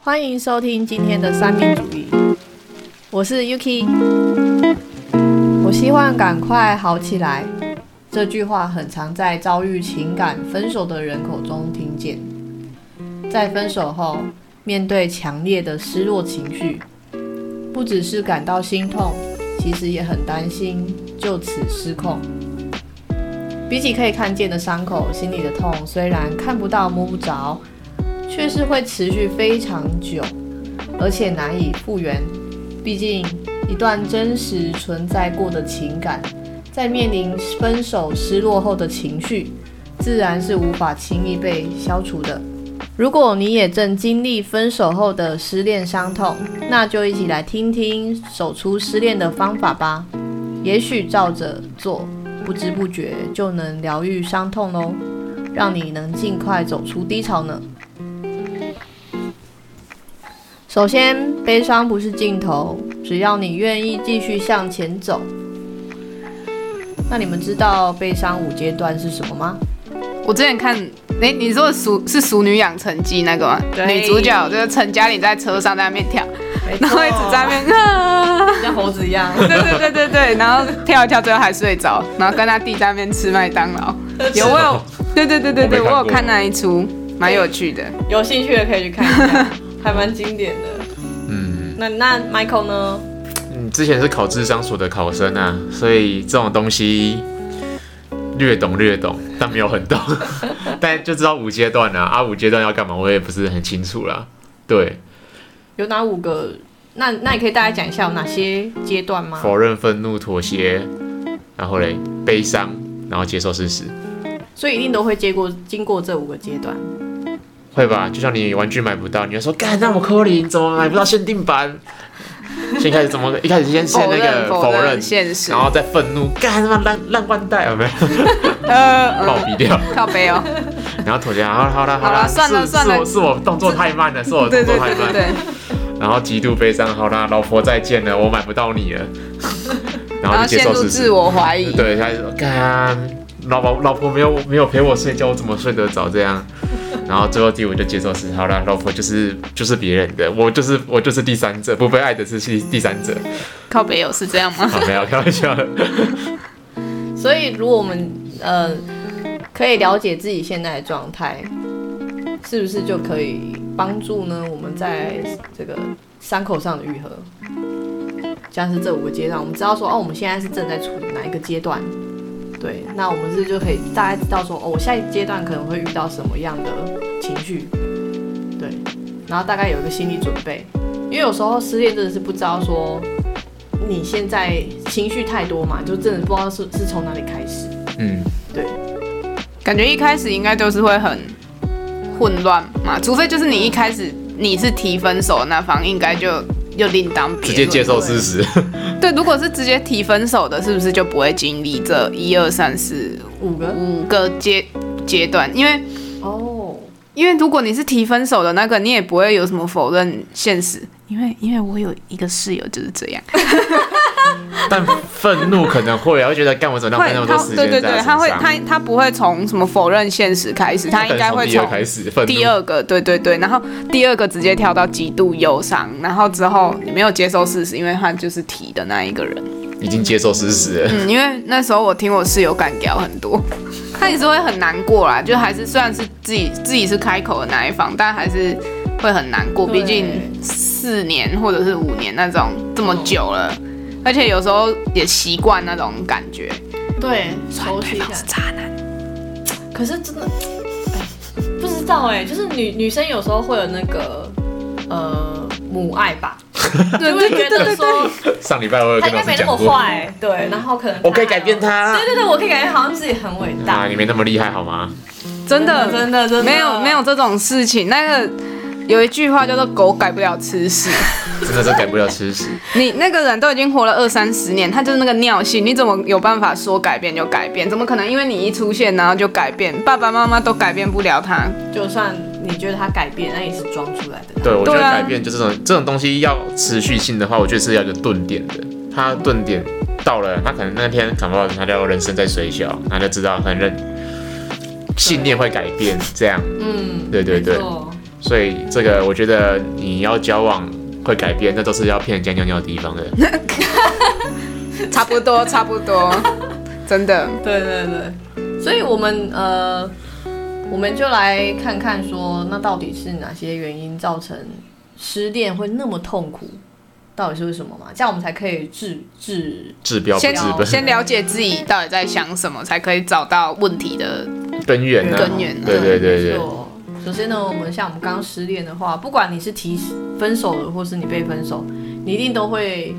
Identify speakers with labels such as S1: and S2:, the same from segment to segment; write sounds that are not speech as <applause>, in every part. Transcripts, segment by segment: S1: 欢迎收听今天的三民主义，我是 Yuki。我希望赶快好起来，这句话很常在遭遇情感分手的人口中听见。在分手后，面对强烈的失落情绪，不只是感到心痛，其实也很担心就此失控。比起可以看见的伤口，心里的痛虽然看不到、摸不着，却是会持续非常久，而且难以复原。毕竟，一段真实存在过的情感，在面临分手、失落后的情绪，自然是无法轻易被消除的。如果你也正经历分手后的失恋伤痛，那就一起来听听走出失恋的方法吧。也许照着做，不知不觉就能疗愈伤痛喽，让你能尽快走出低潮呢。首先，悲伤不是尽头，只要你愿意继续向前走。那你们知道悲伤五阶段是什么吗？
S2: 我之前看，哎、你说的熟是《熟女养成记》那个吗？
S1: 对
S2: 女主角就是陈嘉玲在车上在那边跳，
S3: 哦
S2: 然
S1: 然
S2: 后一直在那
S3: <laughs>
S2: 边啊，
S1: 像猴子一样，
S2: 对对对对对，然后跳一跳，最后还睡着，然后跟他弟在那边吃麦当
S3: <laughs>
S2: 劳。有啊我有，对对对对对，
S3: 哦我没看
S2: 我
S3: 过
S2: 有看那一出，蛮有趣的。
S1: <laughs> 有兴趣的可以去看一下，还蛮经典的。
S3: 嗯，
S1: 那那 Michael 呢？
S3: 嗯，之前是考智商所的考生啊，所以这种东西略懂略懂，但没有很懂， <laughs> 但就知道五阶段啊，啊五阶段要干嘛，我也不是很清楚啦。对，
S1: 有哪五个？那那你可以大概讲一下有哪些阶段吗？
S3: 否认、愤怒、妥协，然后嘞，悲伤，然后接受事实，
S1: 所以一定都会接过经过这五个阶段。
S3: 会吧？就像你玩具买不到，你会说干，那我扣零，怎么买不到限定版？先开始怎么？一开始先
S2: 哦
S3: 先那个
S2: 否
S3: 否认，
S2: 现实
S3: 然，后再愤怒，干他妈烂烂万代
S2: <laughs>
S3: 啊，没有
S2: 呃，
S3: 把我逼掉。
S2: 靠背哦，
S3: 然后妥协，啊好了好了
S2: 好啦
S3: 了，
S2: 算了
S3: 是
S2: 算了嗯
S3: 是我是我动作太慢了，是我
S2: 对
S3: 动
S2: 对
S3: 作太
S2: 对对
S3: 慢。
S2: 对，
S3: 然后极度悲伤，好啦，老婆再见了，我买不
S2: <laughs>
S3: 到你了。然
S2: 然
S3: 后
S2: 后
S3: 就接
S2: 陷
S3: 受
S2: 入
S3: 事
S2: 自
S3: 实，
S2: 我怀疑，
S3: 对，他就说干，老婆老婆没有没有陪我睡觉，我怎么睡得着
S2: <laughs>
S3: 这样？然后最后第五就接受事实，好啦，老婆就是就是别人的，我就是我就是第三者，不被爱的是第第三
S2: <laughs>
S3: 者。
S2: 靠背哦，是这样吗？
S3: 好，没有开玩
S2: <laughs>
S3: 笑的。
S1: 所以如果我们呃可以了解自己现在的状态，是不是就可以帮助呢？我们在这个伤口上的愈合，像是这五个阶段，我们知道说哦，我们现在是正在处于哪一个阶段。对，那我们是不是就可以大概知道说，哦，我下一阶段可能会遇到什么样的情绪，对，然后大概有一个心理准备，因为有时候失恋真的是不知道说 <clears throat> 你现在情绪太多嘛，就真的不知道是是从哪里开始。
S3: 嗯，
S2: 感觉一开始应该就是会很混乱嘛，除非就是你一开始你是提分手的那方，应该就又另当别论。
S3: 直接接受事实。
S2: 对，如果是直接提分手的，是不是就不会经历这一二三四
S1: 五个
S2: 五个阶阶段？因为
S1: 哦，
S2: 因为如果你是提分手的那个，你也不会有什么否认现实。因为因为我有一个室友就是这样，
S3: 但愤怒可能会啊，会觉得干我怎么浪费那么多
S2: 他
S3: 时
S2: 对
S3: 间在
S2: 对对，他会
S3: 身上
S2: 他他不会从什么否认现实开始，他应该会
S3: 但是从第二
S2: 从
S3: 开始愤怒。
S2: 第二个，对对对，然后第二个直接跳到极度忧伤，然后之后你没有接受事实，因为他就是提的那一个人。
S3: 已经接受事实了。
S2: 嗯，因为那时候我听我室友干掉很多，他也是会很难过啦，就还是虽然是自己自己是开口的那一方，但还是会很难过，
S1: 对
S2: 毕竟四年或者是五年那种这么久了，而且有时候也习惯那种感觉，
S1: 对，熟悉
S2: 对
S1: 感
S2: 方。是渣男，
S1: 可是真的，哎不知道哎、就是女女生有时候会有那个呃母爱吧，
S2: 对
S1: 就会
S2: 对对
S1: 觉
S2: 对
S1: 得
S2: 对，
S1: 说
S3: <laughs> 上礼拜我有
S1: 她
S3: 跟
S1: 应该
S3: 老师
S1: 没那
S3: 讲
S1: 么
S3: 过，
S1: 坏、对，然后可能
S3: 我可以改变。他
S1: 对对对，我可以感觉好像自己很伟
S3: 啊，
S1: 大，
S3: 你没那么厉害好吗？
S2: 真的
S1: 真的真的
S2: 没有没有这种事情。那个有一句话叫做“狗改不了吃屎
S3: 真的是改不了吃
S2: <laughs>
S3: 屎。”，
S2: 你那个人都已经活了二三十年，他就是那个尿性，你怎么有办法说改变就改变？怎么可能？因为你一出现然后就改变，爸爸妈妈都改变不了他。
S1: 就算你觉得她改变，那也是装出来的。
S3: 对，我觉
S2: 对
S3: 得
S2: 啊
S3: 改变就这种这种东西要持续性的话，我觉得是要有个顿点的。他顿点到了，他可能那天感冒，他叫人生在水小，他就知道反正信念会改变，这样。
S1: 嗯，
S3: 对对对
S1: 没错
S3: 所以这个我觉得你要交往会改变，那都是要骗人家尿尿的地
S2: <laughs>
S3: 方的。
S2: 差不多，差不多，真
S3: <laughs>
S2: 的。
S1: 对对对，所以我们呃，我们就来看看说，那到底是哪些原因造成失恋会那么痛苦？到底是为什么嘛？这样我们才可以治治。
S3: 治标不
S2: 先
S3: 治
S1: 标
S3: 本，
S2: 先了解自己到底在想什么，才可以找到问题的。
S3: 根源呢、啊？
S2: 根源啊
S3: 对对对
S1: 没
S3: 对，
S1: 错。呃首先呢，我们像我们刚刚失恋的话，不管你是提分手了，或是你被分手，你一定都会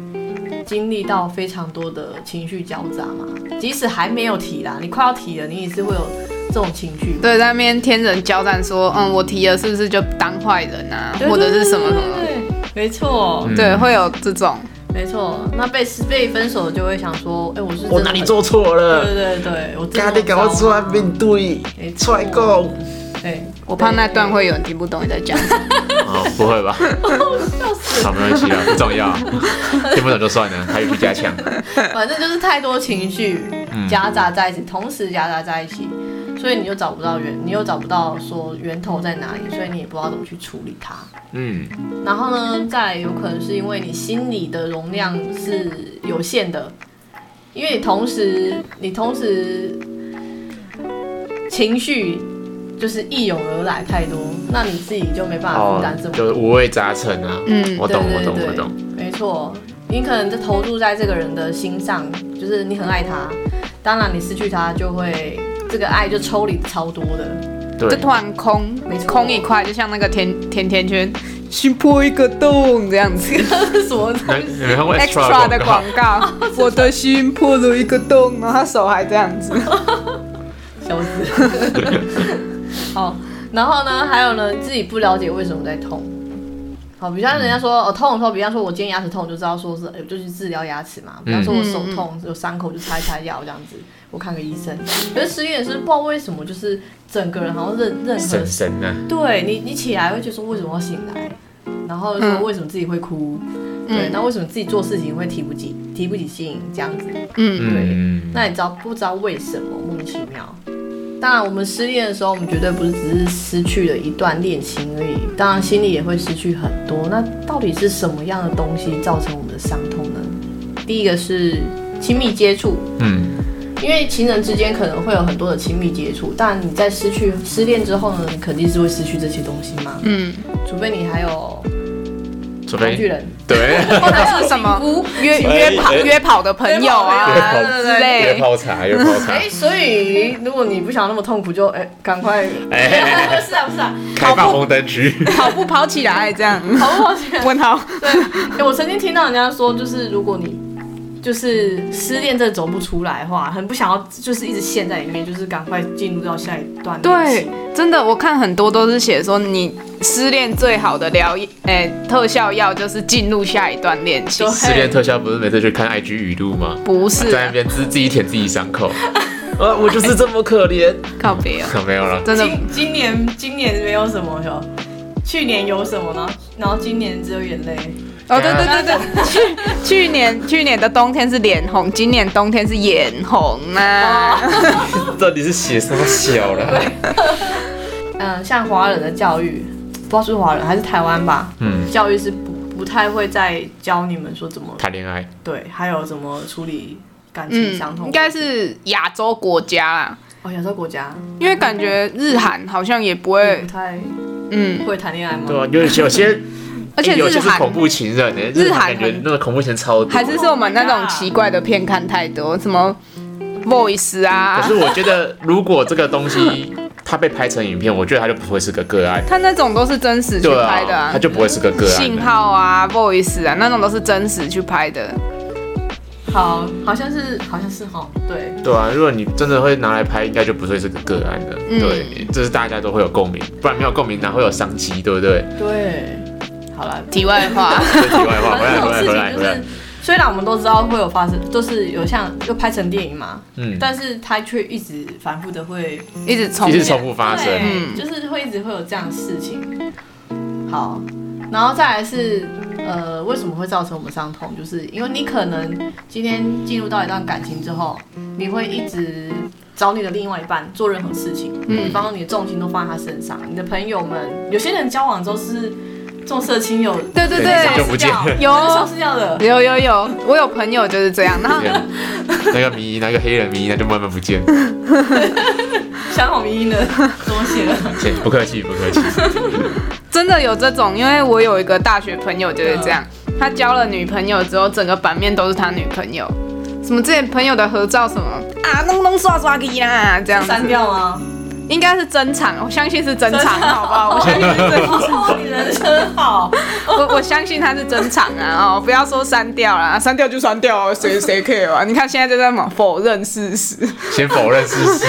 S1: 经历到非常多的情绪交杂嘛。即使还没有提啦，你快要提了，你也是会有这种情绪。
S2: 对，在那边天人交战，说，嗯，我提了是不是就当坏人啊，
S1: 对，
S2: 或者是什么什
S1: 对
S2: 么？
S1: 对对没错，
S3: 嗯
S2: 对，会有这种。
S1: 没错。那被被分手的就会想说，哎、我是真的
S3: 我哪里
S1: 很？
S3: 做错
S1: 对
S3: 了？
S1: 对对，我真
S3: 咖
S1: 的
S3: 喱
S1: 很
S3: 赶快
S1: 糟
S3: 出来
S1: 啊
S3: 面对，
S1: 没
S3: 出
S1: 错
S3: 来够。
S1: 对，
S2: 我怕那段会有人听不懂你在讲什么。
S3: 哦，不会吧？
S1: 哦笑死。
S3: 好，没关系啊，不
S1: <laughs>
S3: 重要，听不懂就算了，还有去加强。
S1: 反正就是太多情绪
S3: 嗯
S1: 夹杂在一起，同时夹杂在一起，所以你就找不到源，你又找不到说源头在哪里，所以你也不知道怎么去处理它。
S3: 嗯，
S1: 然后呢，再来有可能是因为你心理的容量是有限的，因为你同时你同时情绪就是一涌而来太多，那你自己就没办法负担这么多。
S3: 哦就是五味杂陈啊。
S2: 嗯
S3: 我懂，
S1: 对
S3: 我
S1: 哦对
S3: 懂，
S1: 对
S3: 我懂。
S1: 没错，你可能就投注在这个人的心上，就是你很爱他，当然你失去他就会这个爱就抽离超多的，
S2: 就
S3: 对，
S2: 突然空
S1: 没，错
S2: 空一块，就像那个甜甜甜圈，新破一个洞这样 <laughs> 子。
S1: 什么
S3: 那你们看过
S2: extra
S3: extra
S2: 的
S3: 的广
S2: 广
S3: 告？
S2: 告， <laughs> 我的心破了一个洞，然后他手还这样子。
S1: <laughs> 小子。 <laughs> 好，然后呢，还有呢，自己不了解为什么在痛。好，比方人家说哦痛的时候，比方说我今天牙齿痛，就知道说是、哎我就去治疗牙齿嘛。比方说我手痛有伤口就擦一擦药这样子，我看个医生。可是失恋是不知道为什么，就是整个人好像任任何
S3: 神神啊，
S1: 对你，你起来会觉得说为什么要醒来，然后说为什么自己会哭，对，那为什么自己做事情会提不起提不起劲这样子？
S2: 嗯，
S3: 嗯，
S1: 那你知道不知道为什么莫名其妙？当然，我们失恋的时候，我们绝对不是只是失去了一段恋情而已，当然心里也会失去很多。那到底是什么样的东西造成我们的伤痛呢？第一个是亲密接触，
S3: 嗯，
S1: 因为情人之间可能会有很多的亲密接触，但你在失去失恋之后呢，你肯定是会失去这些东西嘛。
S2: <laughs> 嗯，
S1: 除非你还有
S3: 除
S1: 工具
S3: 非
S1: 人， <laughs> 哎
S3: 对，
S2: 或者是什么约
S3: 哎
S2: 约跑
S3: 哎
S2: 约跑的朋友
S1: 约
S2: 啊
S1: 跑的
S2: 之
S1: 朋友
S3: 越
S2: 类。
S3: 泡茶越泡茶
S1: 哎、，所以如果你不想那么痛苦就，哎赶快，
S3: 哎哎哎
S1: <laughs> 是啊不是啊，
S3: 开放红灯区，
S2: 跑步跑起来这样。
S1: 好不好？对、
S2: 问号，
S1: <laughs> 哎我曾经听到人家说，就是如果你就是失恋这走不出来的话，很不想要，就是一直陷在里面，就是赶快进入到下一段恋
S2: 对
S1: 情。，
S2: 真的，我看很多都是写说你失恋最好的疗，诶、特效药就是进入下一段恋情
S1: 对，
S3: 失恋特效不是每次去看 IG 语录吗？
S2: 不是、啊
S3: 在那边自自己舔自己
S1: <laughs>
S3: 伤口，啊，我就是这么可怜，
S2: 告别哦，
S3: 没有了，
S2: 真的
S1: 今今年今年没有什么哟，去年有什么呢？然后今年只有眼泪。
S2: 哦，对对对对， <laughs> 去去年去年的冬天是脸红，今年冬天是眼红
S1: 哎
S2: 啊。
S1: <laughs>
S3: 到底是写什么小了？
S1: 嗯，像华人的教育，不知道是不是华人还是台湾吧，
S3: 嗯，
S1: 教育是不不太会再教你们说怎么
S3: 谈恋爱，
S1: 对，还有怎么处理感情
S2: 嗯
S1: 伤，痛。
S2: 应该是亚洲国家啦，
S1: 哦，亚洲国家
S2: 因为感觉日韩好像也不会
S1: 不，太
S2: 嗯，
S1: 会谈恋爱吗？
S3: 对啊，有有些
S2: 而且
S3: 哎有
S2: 日
S3: 些是
S2: 韩
S3: 恐怖情人哎，
S2: 日韩
S3: 感觉那个恐怖情人超多，
S2: 还是是我们那种奇怪的片看太多，什么 Voice 啊
S3: 可，是我觉得，如果这个东西它被拍成影片，我觉得它就不会是个个案。
S2: 他那种都是真实去
S3: 对
S2: 拍的
S3: 啊，它就不会是个个案。
S2: 信号啊，Voice 啊，那种都是真实去拍的。
S1: 好，好像是，好像是哈，对，
S3: 对啊，如果你真的会拿来拍，应该就不会是个个案的。
S2: 嗯
S3: 对，这是大家都会有共鸣，不然没有共鸣哪会有商机，对
S2: <laughs>
S3: 不对？
S1: 对，好了，
S2: 题外话，
S3: <laughs> 这是题外话，
S1: 反
S3: 回来
S1: 正
S3: 回来
S1: 这
S3: 回
S1: 种
S3: 来
S1: 事情
S3: 回
S1: 就
S3: 来
S1: 是。，虽然我们都知道会有发生，就是有像又拍成电影嘛，
S3: 嗯，
S1: 但是它却一直反复的会
S2: 一直重
S3: 一直
S2: 复
S3: 重复发生。
S1: 对，就是会一直会有这样的事情。好，然后再来是呃，为什么会造成我们伤痛？就是因为你可能今天进入到一段感情之后，你会一直找你的另外一半做任何事情，嗯，比方说你的重心都放在他身上，你的朋友们，有些人交往之后是重色轻友，
S2: 对对
S3: 对就
S2: 对，
S3: 不见了
S1: 有消失掉了。
S2: 有有有，我有朋友就是这样，然后
S3: 对那个迷那个黑人迷那就慢慢不见了。
S1: 想好迷因了，怎么写了？
S3: 谢谢不客气，不客气。
S2: 真的有这种，因为我有一个大学朋友就是这样，他交了女朋友之后，整个版面都是他女朋友，什么之前朋友的合照什么啊，弄弄刷刷给啦，这样子
S1: 删掉吗？
S2: 应该是珍藏，我相信是珍藏，
S1: 珍藏
S2: 好不
S1: <laughs>
S2: 好？我相信是珍，
S1: 哦，你人真好，
S2: 我我相信他是珍藏啊，哦，不要说删掉啦，删掉就删掉啊，谁谁 care 啊？你看现在就在嘛否认事实，
S3: 先否认事实，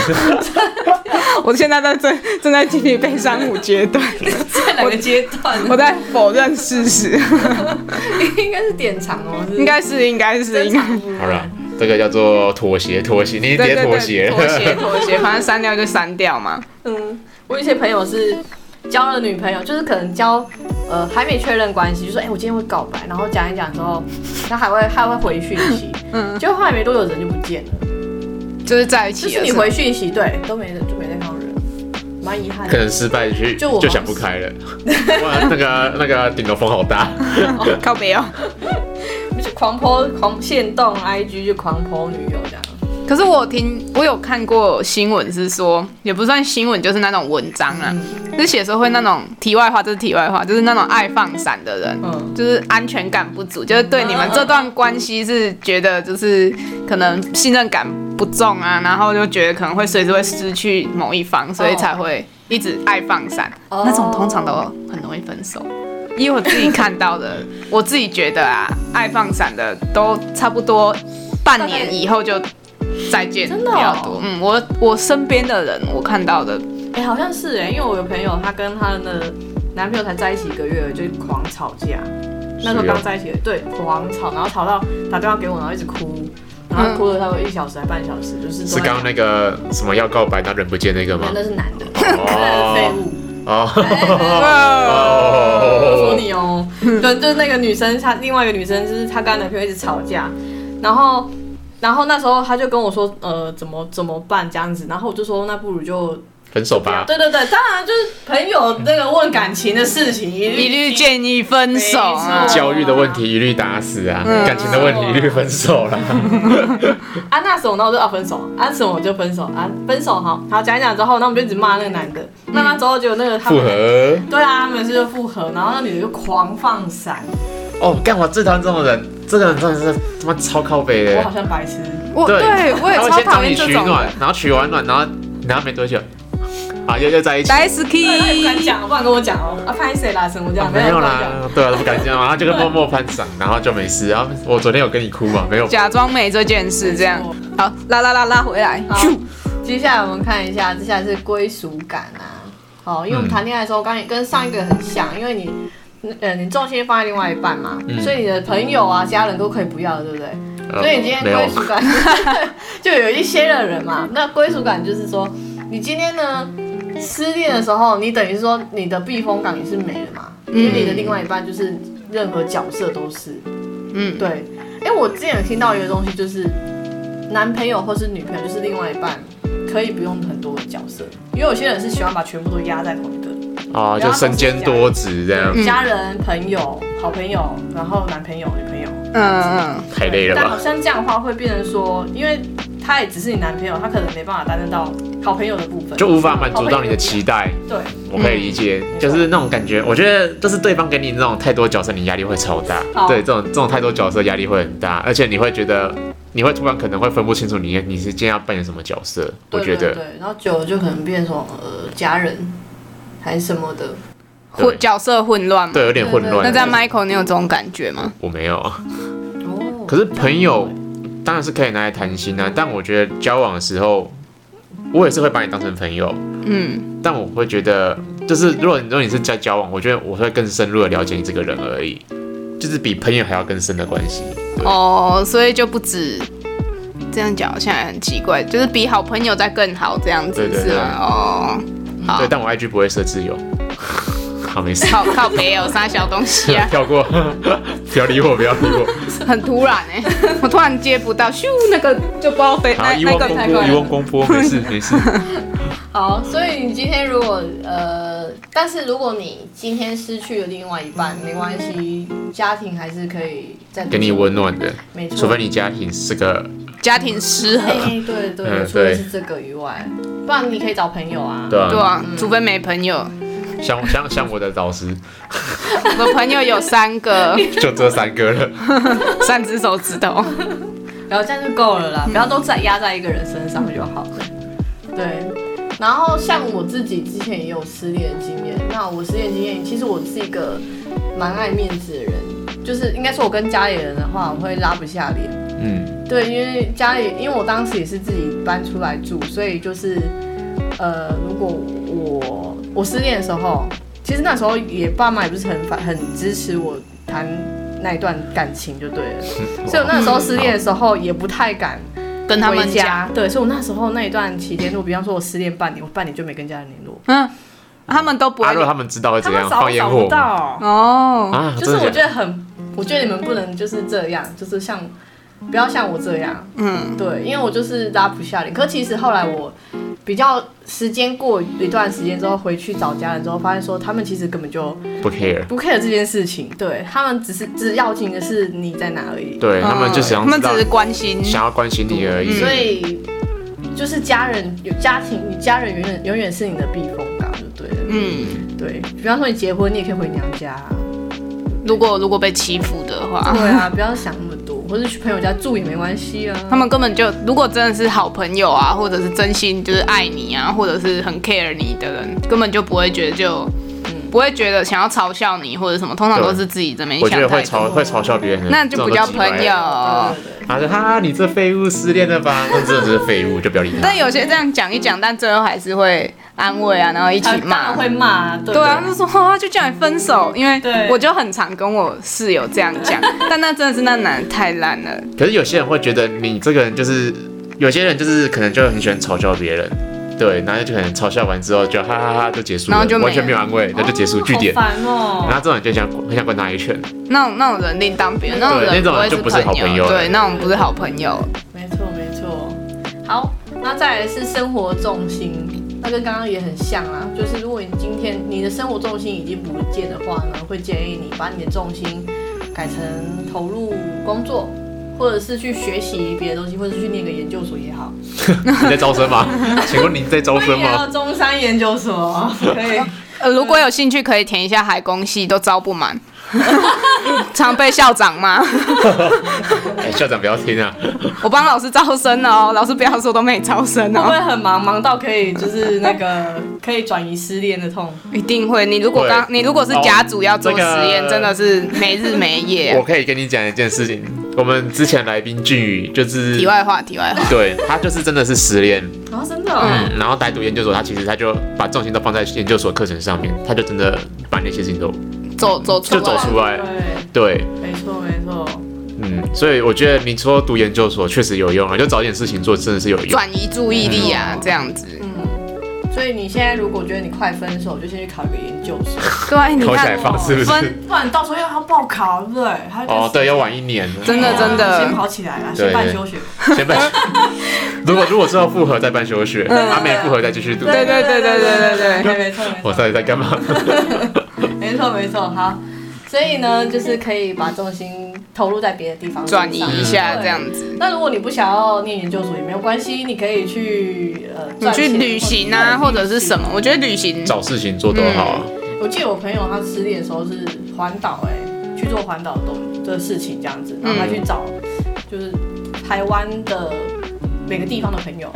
S2: 我现在在正正在经历悲伤五阶段，
S1: <laughs> 在哪个阶段？
S2: 我在否认事实，
S1: <laughs> 应该是典藏哦，
S2: 应该是应该是
S1: 是
S2: 应
S1: 珍
S2: 该。
S1: 藏不
S3: 好了，这个叫做妥协，妥协，你
S2: 对
S3: 别
S2: 对
S3: 妥
S2: 对，
S3: 协
S2: 妥协，妥协，反正删掉就删掉嘛。
S1: 嗯，我有一些朋友是交了女朋友，就是可能交呃还没确认关系，就说哎、我今天会告白，然后讲一讲之后，他还会还会回讯息，嗯，结果后来没多久人就不见了，
S2: 就是在一
S1: 就
S2: 起
S1: 是
S2: 了。
S1: 你
S2: 是吗
S1: 回讯息对都没人就没再看到人，蛮遗憾
S3: <laughs> 可
S1: 的。
S3: 能失败就
S1: 就我
S3: 就想不开了。哇，那个那个顶楼风好大，
S2: 靠北哦。
S1: 就狂泼狂现动 IG 就狂泼女友这样，
S2: 可是我听我有看过新闻，是说也不算新闻，就是那种文章啊，就是写说会那种题外话，这是题外话，就是那种爱放闪的人。
S1: 嗯，
S2: 就是安全感不足，就是对你们这段关系是觉得就是可能信任感不重啊，然后就觉得可能会随时会失去某一方，所以才会一直爱放闪。
S1: 哦
S2: 那种通常都很容易分手。以我自己看到的，我自己觉得啊，爱放闪的都差不多半年以后就再见
S1: 真
S2: 比
S1: 的哦
S2: 较多。嗯，我我身边的人，我看到的，
S1: 哎、好像是哎、因为我有朋友她跟她的男朋友才在一起一个月就狂吵架，那时候
S3: 是
S1: 刚
S3: 哦
S1: 在一起，对，狂吵，然后吵到打电话给我，然后一直哭，然后哭了差不多一小时还半小时，就是
S3: 是刚刚那个什么要告白，那人不见那个
S1: 没
S3: 吗
S1: 有？那是男的，那是废
S3: 哦
S1: 物。
S3: 哦，
S1: 我说
S3: 哦
S1: 你哦，对，就是那个女生，她另外一个女生，就是她跟她男朋友一直吵架，然后，然后那时候她就跟我说，呃，怎么怎么办这样子，然后我就说，那不如就
S3: 分手吧。
S1: 对对对，当然就是朋友那个问感情的事情，
S3: 嗯
S1: 一
S2: 一律建议分手啊
S1: 没错。
S3: 教育的问题一律打死啊，感情的问题一律分手啦。
S1: 啊那时候那我就啊分手，啊什么我就分手，啊分手好，好讲一讲之后，那我们就一直骂那个男的，骂他之后就那个他
S3: 复
S1: 们，
S3: 合
S1: 对啊，他们是就复合，然后那女的就狂放闪，
S3: 哦，干我最讨厌这种人，这个人真的是他妈超靠北
S1: 我
S3: 的
S1: 好。像白痴，
S2: 我对我也
S3: 他会
S2: 超
S3: 先找
S2: 讨厌
S3: 你
S2: 这
S3: 取
S2: 种
S3: 暖
S2: 的。，
S3: 然后取完暖，然后然后没多久，啊又又在一起。
S2: 来
S1: 他哎也不敢
S2: ski，
S1: 讲，不敢跟我讲哦，啊拍谁啦什么这
S3: 啊
S1: 样，
S3: 没有
S1: 不敢讲
S3: 啦，对啊，都不敢这样嘛，然后就跟默默攀赏，然后就没事。然后我昨天有跟你哭嘛？没有，
S2: 假装没这件事，这样
S1: 没错
S2: 好拉拉拉拉回来。
S1: 好
S2: 咻
S1: 接下来我们看一下，接下来是归属感啊。好，因为我们
S3: 嗯
S1: 谈恋爱的时候，刚才跟上一个很像，因为你，呃，你重心放在另外一半嘛，
S3: 嗯
S1: 所以你的朋友啊、家人都可以不要了，对不对？
S3: 呃
S1: 所以你今天
S3: 没有
S1: 归属感 <laughs> 就有一些的人嘛，那归属感就是说，你今天呢失恋的时候，你等于说你的避风港也是没了嘛，因为你的另外一半就是任何角色都是，
S2: 嗯，
S1: 对，哎、我之前有听到一个东西，就是男朋友或是女朋友，就是另外一半，可以不用很多的角色，因为有些人是喜欢把全部都压在同一个，
S3: 啊，就身兼多职这样，
S2: 嗯
S1: 家人、朋友、好朋友，然后男朋友、女朋友。
S2: 嗯嗯，
S3: 太累了
S1: 但好
S3: 吧？
S1: 像这样的话，会变成说，因为他也只是你男朋友，他可能没办法担任到好朋友的部分，
S3: 就无法满足到你的期待，
S1: 对，
S3: 我可以理解，
S1: 嗯
S3: 就是那种感觉。我觉得就是对方给你那种太多角色，你压力会超大。
S1: 好
S3: 对，这种这种太多角色压力会很大，而且你会觉得，你会突然可能会分不清楚你你是今天要扮演什么角色。我
S1: 对
S3: 觉
S1: 对
S3: 得
S1: 对。然后久了就可能变成呃家人还是什么的，
S3: 对
S2: 混角色混乱嘛。
S3: 对有点混
S1: 对对
S3: 乱。
S2: 那这样 Michael，你有这种感觉吗？
S3: 我没有。
S1: 哦
S3: 可是朋友当然是可以拿来谈心啊，但我觉得交往的时候，我也是会把你当成朋友，
S2: 嗯，
S3: 但我会觉得，就是如果你如果你是在交往，我觉得我会更深入的了解你这个人而已，就是比朋友还要更深的关系。对
S2: 哦，所以就不止这样讲，现在很奇怪，就是比好朋友再更好这样子
S3: 对对
S2: 是
S3: 对
S2: 吗？哦，好
S3: 对，但我 IG 不会设自由， <laughs> 好，没事，？
S2: 靠靠北有啥小东西啊
S3: 跳过， <laughs> 不要理我，不要理我。
S2: 很突然哎、 <laughs> 我突然接不到，咻，那个就不知道飞
S3: 好，
S2: 那
S3: 一
S2: 那
S3: 翁
S2: 个
S3: 公
S1: 太
S3: 波，
S1: 快
S3: 一
S1: 了
S3: 翁公波，没事
S1: <laughs>
S3: 没事。
S1: 好，所以你今天如果呃，但是如果你今天失去了另外一半，没关系，家庭还是可以再
S3: 给你温，暖的，
S1: 没错，
S3: 除非你家庭是个
S2: 家庭失
S1: 哎、
S2: 和，
S1: 对对对，
S3: 嗯
S1: 除了
S3: 对
S1: 是这个以外，不然你可以找朋友啊。
S3: 对
S2: 对
S3: 啊，
S2: 啊，除非没朋友。
S3: 像像像我的导师
S2: 我朋友有三
S3: <laughs>
S2: 个，
S3: 就这三个了，
S2: 三只手指头。
S1: 然后这样就够了啦，不要都在压在一个人身上就好了。对，然后像我自己之前也有失恋的经验，那我失恋经验，其实我是一个蛮爱面子的人，就是应该说我跟家里人的话，我会拉不下脸。
S3: 嗯，
S1: 对，因为家里，因为我当时也是自己搬出来住，所以就是，呃，如果我我失恋的时候，其实那时候也爸妈也不是很反很支持我谈那一段感情就对了，所以我那时候失恋的时候也不太敢
S2: 跟他
S1: 回
S2: 们
S1: 家
S2: 家，，
S1: 对，所以我那时候那一段期间，如果比方说我失恋半年，我半年就没跟家人联络，
S2: 嗯，他们都不
S3: 阿
S2: 会
S3: 若他们知道会
S1: 他
S3: <laughs> 怎
S1: 们
S3: 样
S1: 找
S3: 放
S1: 都
S3: 烟
S1: 找
S3: 火
S1: 不
S3: 吗
S1: 到，
S2: 哦，
S3: 啊，
S1: 就是我
S3: 真的
S1: 觉
S3: 假的
S1: 得很，我觉得你们不能就是这样，就是像不要像我这样，
S2: 嗯，
S1: 对，因为我就是拉不下脸。可其实后来我比较时间过一段时间之后回去找家人之后，发现说他们其实根本就
S3: 不 care，
S1: 不 care 这件事情，对他们只是只要紧的是你在哪而已。
S2: 嗯
S3: 对他们就
S2: 他
S3: 想要
S2: 们
S3: 知
S2: 只
S3: 道
S2: 是关心，
S3: 想要关心你而已，
S1: 嗯所以就是家人有家庭，你家人永远永远是你的避风港，就对了。
S2: 嗯，
S1: 对比方说你结婚，你也可以回娘家啊、
S2: 如果如果被欺负的话，
S1: 对啊，不要想那么多， <laughs> 或者去朋友家住也没关系啊。
S2: 他们根本就如果真的是好朋友啊，或者是真心就是爱你啊，或者是很 care 你的人，根本就不会觉得就。
S1: 嗯
S2: 不会觉得想要嘲笑你或者什么，通常都是自己这边
S3: 我
S2: 想
S3: 觉得
S2: 太
S3: 会
S2: 多。
S3: 嘲会嘲笑别人的，
S2: 那就不叫朋
S3: 这种都奇怪。
S2: 友。哦
S1: 对对对
S3: 他说哈，你这废物失恋了吧？那真的是废物，就不要理他。
S2: 但有些这样讲一讲，但最后还是会安慰啊，然后一起
S1: 他当
S2: 骂
S1: 然。嗯会骂啊，对
S2: 对啊，就说哦就叫你分手，因为
S1: 对
S2: 我就很常跟我室友这样
S1: <laughs>
S2: 讲，但那真的是那男的太烂了，
S3: 可是有些人会觉得你这个人就是，有些人就是可能就很喜欢嘲笑别人，对，然后就可能嘲笑完之后就哈哈哈就结束了，
S2: 然后就没了
S3: 完全没有安慰，那就结束据点。
S1: 好烦哦、
S3: 然后这种人就想很想关他一拳，
S2: 那种那种人另当别论，那种
S3: 对
S2: 人
S3: 那种人
S2: 会
S3: 就不是好
S2: 朋
S3: 朋友
S2: 对，那种不是好朋友。
S1: 没错没错。好，那再来是生活重心，那跟刚刚也很像啊，就是如果你今天你的生活重心已经不见的话呢，会建议你把你的重心改成投入工作，或者是去学习别的东西，或者是去念个研究所也好。
S3: 你在招生吗？请问您在招生
S1: 也 <laughs> 要
S3: 吗？
S1: 中山研究所， <laughs> 可以。
S2: 呃，如果有兴趣可以填一下海工系，都招不满， <laughs> 常被校长骂。
S3: 哎，校长不要听啊，
S2: 我帮老师招生了 <laughs> 哦，老师不要说都没招生
S1: 会不
S2: 哦
S1: 会，很忙，忙到可以就是那个可以转移失恋的痛？
S2: 一定会。你如果
S3: 对
S2: 刚你如果是
S3: 哦
S2: 甲组要做
S3: 这
S2: 实
S3: 个
S2: 验，真的是没日没夜啊
S3: 我。可以跟你讲一件事情，我们之前来宾俊宇就
S2: <laughs>
S3: 是
S2: 题，外话，题外话，
S3: 对他就是真的是失恋，
S1: 然后真的、哦，
S3: 嗯，然后来读研究所，他其实他就把重心都放在研究所课程上面，他就真的把那些事情都
S2: 走走出
S3: 就走
S2: 来。
S3: 出来，
S1: 对，
S3: 对，
S1: 没错没错。
S3: 嗯，所以我觉得你说读研究所确实有用啊，就找点事情做真的是有用。
S2: 转移注意力啊，这样子。
S1: 所以你现在如果觉得你快分手，就先去考一个研究所，
S2: 对啊，你
S3: <laughs> 考起
S2: 看
S3: 来放是不是
S2: 分？
S1: <laughs>
S2: <laughs>
S1: 不然你到时候又要报考，对不对？还
S3: 哦，对，要晚一年。
S2: 真的真
S1: 先
S2: 的，
S1: 跑起来啦，啊
S3: 对
S1: 先办休学。
S3: 先办。如果如果之后复合再办休学，阿美复合再继续读。
S2: 嗯对对对对对对对，
S1: 没错没
S3: 我
S1: 错
S3: 到底在干嘛？
S1: 没错没错，好。所以呢，就是可以把重心投入在别的地方嗯
S2: 转移一下
S1: 对
S2: 这样子。
S1: 那如果你不想要念研究所也没有关系，你可以去呃，
S2: 你去
S1: 赚钱
S2: 旅行啊，或者是什。么？我觉得旅行
S3: 找事情做多好啊。
S2: 嗯
S1: 对我记得我朋友他失恋的时候是环岛，哎，去做环岛的东的事情这样子，然后他去找就是台湾的每个地方的朋友。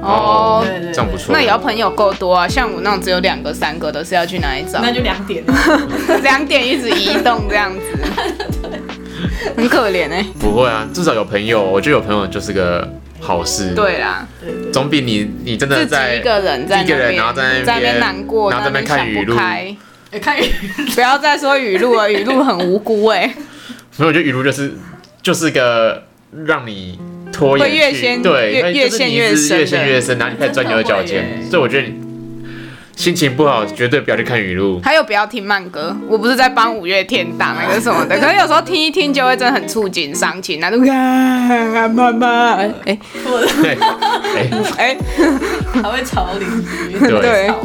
S2: 哦。
S1: 对对
S3: 这样不错。
S2: 那也要朋友够多啊，像我那种只有两个、三个的，是要去哪里找？
S1: 那就两点了。
S2: <laughs> 两点一直移动这样子， <laughs> 很可怜哎。
S3: 不会啊，至少有朋友，我觉得有朋友就是个好事。，
S2: 对啦，
S1: 对对
S3: <laughs> 总比你你真的
S2: 自己
S3: 在
S2: 一个人在
S3: 一个
S2: 那
S3: 人
S2: 边，
S3: 然后在
S2: 在
S3: 那
S2: 那边难过，
S3: 然后在那边看
S2: 想
S3: 雨
S2: 不
S3: 露。
S2: 开。
S1: 对，哎看雨
S2: 不要再说语录了，语录很无辜哎、
S3: 所以我觉得雨露就是就是个让你拖延
S2: 会越
S3: 去
S2: 陷
S3: 对，
S2: 越
S3: 它就是
S2: 越陷
S3: 你
S2: 越
S3: 是
S2: 深
S3: 越陷
S2: 的 <laughs>
S3: 越深，然后你开始钻牛
S1: 真的
S3: 角
S1: 会
S3: 尖。
S1: 耶
S3: 所以我觉得你，心情不好绝对不要去看语
S2: <laughs>
S3: 录。
S2: 还有不要听慢歌，我不是在帮五月天打那个什么
S3: <laughs>
S2: 的，可是有时候听一听就会真的很触景伤情啊，就啊妈妈，哎、
S1: 我的
S3: 对，哎、
S1: 还
S2: 哎、
S1: 会吵邻居，
S3: 对
S1: 吵了。